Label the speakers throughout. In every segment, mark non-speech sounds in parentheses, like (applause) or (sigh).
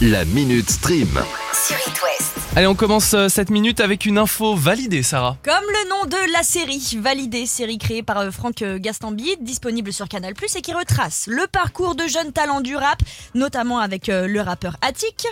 Speaker 1: La Minute Stream.
Speaker 2: sur It West.
Speaker 3: Allez, on commence euh, cette minute avec une info validée, Sarah.
Speaker 4: Comme le nom de la série, validée, série créée par euh, Franck euh, Gastambide, disponible sur Canal+, et qui retrace le parcours de jeunes talents du rap, notamment avec euh, le rappeur Attic.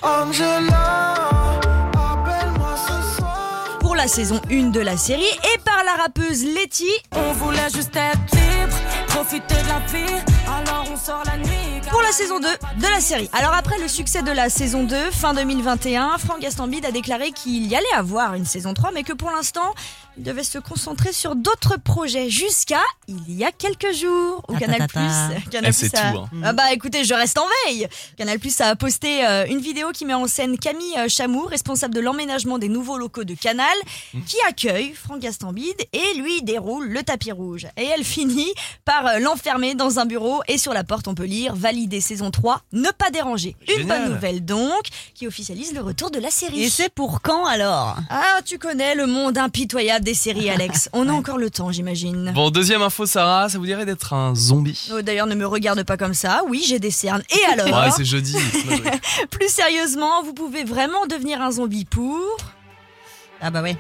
Speaker 4: Pour la saison 1 de la série, et par la rappeuse Letty,
Speaker 5: On voulait juste être libre, profiter de la vie, alors on sort la nuit.
Speaker 4: pour la saison 2 de la série. Alors après le succès de la saison 2, fin 2021, Franck Gastambide a déclaré qu'il y allait avoir une saison 3, mais que pour l'instant, il devait se concentrer sur d'autres projets jusqu'à il y a quelques jours au
Speaker 5: Ta ta
Speaker 4: Canal+.
Speaker 5: ta ta.
Speaker 4: Canal+,
Speaker 3: Eh, c'est
Speaker 4: a-
Speaker 3: tout, hein.
Speaker 4: Ah bah écoutez, je reste en veille. Canal+ a posté euh, une vidéo qui met en scène Camille euh, Chamou, responsable de l'emménagement des nouveaux locaux de Canal,
Speaker 3: Mmh.
Speaker 4: qui accueille Franck Gastambide et lui déroule le tapis rouge. Et elle finit par euh, l'enfermer dans un bureau et sur la porte on peut lire valider saison 3, ne pas déranger. Une
Speaker 3: Génial.
Speaker 4: bonne nouvelle donc qui officialise le retour de la série.
Speaker 5: pour quand alors
Speaker 4: Ah, tu connais le monde impitoyable des séries Alex. On
Speaker 5: (laughs)
Speaker 4: a encore le temps, j'imagine.
Speaker 3: Bon, deuxième info, Sarah, ça vous dirait d'être un zombie
Speaker 4: Ah. Oh, Ah. D'ailleurs, ne me regarde pas comme ça. Oui, j'ai des cernes. Et alors
Speaker 3: Ouais, c'est
Speaker 4: (laughs)
Speaker 3: jeudi. Non, je rigole.
Speaker 4: Plus sérieusement, vous pouvez vraiment devenir un zombie pour...
Speaker 5: Ah bah ouais.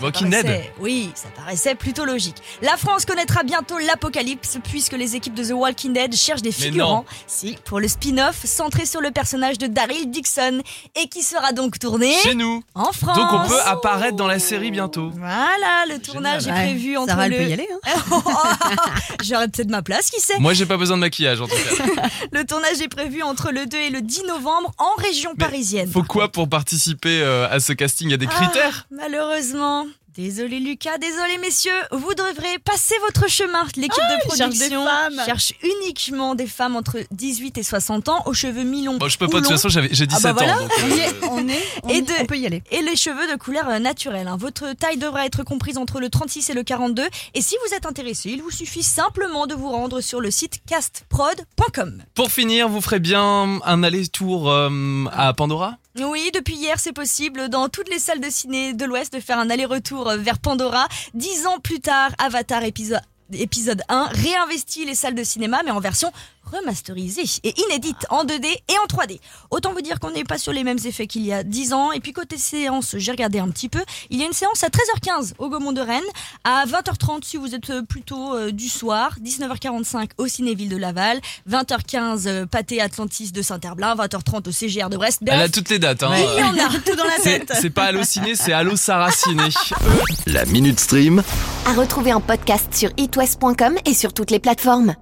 Speaker 3: Walking
Speaker 4: paraissait-
Speaker 3: Dead.
Speaker 4: Oui, ça paraissait plutôt logique. La France connaîtra bientôt l'apocalypse puisque les équipes de The Walking Dead cherchent des
Speaker 3: Mais non.
Speaker 4: figurants. Si, pour le spin-off centré sur le personnage de Daryl Dixon et qui sera donc tourné
Speaker 3: Chez nous.
Speaker 4: en France.
Speaker 3: Donc on peut apparaître dans la série bientôt.
Speaker 4: Voilà, le tournage
Speaker 5: Ouais,
Speaker 4: est prévu entre
Speaker 5: Sarah,
Speaker 4: le. Oh,
Speaker 5: elle peut
Speaker 4: (laughs)
Speaker 5: y aller. Hein. (laughs)
Speaker 4: J'aurais peut-être ma place, qui sait.
Speaker 3: Moi, j'ai pas besoin de maquillage en tout cas.
Speaker 4: (laughs) Le tournage est prévu entre le 2 et le 10 novembre en région
Speaker 3: Mais
Speaker 4: parisienne.
Speaker 3: Faut quoi pour participer euh, à ce casting Il y a des
Speaker 4: Ah,
Speaker 3: critères
Speaker 4: Malheureusement. Désolé Lucas, désolé messieurs, vous devrez passer votre chemin. L'équipe de
Speaker 5: ils cherchent Ah, des
Speaker 4: production
Speaker 5: femmes.
Speaker 4: cherche uniquement des femmes entre 18 et 60 ans aux cheveux mi-longs
Speaker 3: Bon, je peux
Speaker 4: ou
Speaker 3: pas, de toute
Speaker 4: longs
Speaker 3: façon, j'avais-
Speaker 4: bah
Speaker 3: j'ai 17 ans. donc,
Speaker 5: on y est,
Speaker 3: euh,
Speaker 5: on est, on,
Speaker 4: Et
Speaker 5: y-
Speaker 4: de-
Speaker 5: on peut y aller.
Speaker 4: et les cheveux de couleur euh, naturelle. hein. Votre taille devra être comprise entre le 36 et le 42. Et si vous êtes intéressé, il vous suffit simplement de vous rendre sur le site castprod.com.
Speaker 3: Pour finir, vous ferez bien un aller-tour euh, à Pandora
Speaker 4: Oui, depuis hier, c'est possible dans toutes les salles de ciné de l'Ouest de faire un aller-retour euh, vers Pandora. Dix ans plus tard, Avatar épisode épisode 1 réinvestit les salles de cinéma mais en version remasterisée et inédite en 2D et en 3D. Autant vous dire qu'on n'est pas sur les mêmes effets qu'il y a 10 ans et puis côté séance, j'ai regardé un petit peu, il y a une séance à 13h15 au Gaumont de Rennes, à 20h30 si vous êtes euh, plutôt euh, du soir, 19h45 au Cinéville de Laval, 20h15 euh, Pâté Atlantis de Saint-Herblain, 20h30 au CGR de Brest. Bref,
Speaker 3: Elle a toutes les dates. Hein.
Speaker 4: il y en a tout dans la
Speaker 3: C'est
Speaker 4: tête.
Speaker 3: c'est pas Allo Ciné, c'est Allo Sarah
Speaker 4: (laughs)
Speaker 3: Ciné.
Speaker 1: La Minute Stream.
Speaker 2: À retrouver en podcast sur itwest.com et sur toutes les plateformes.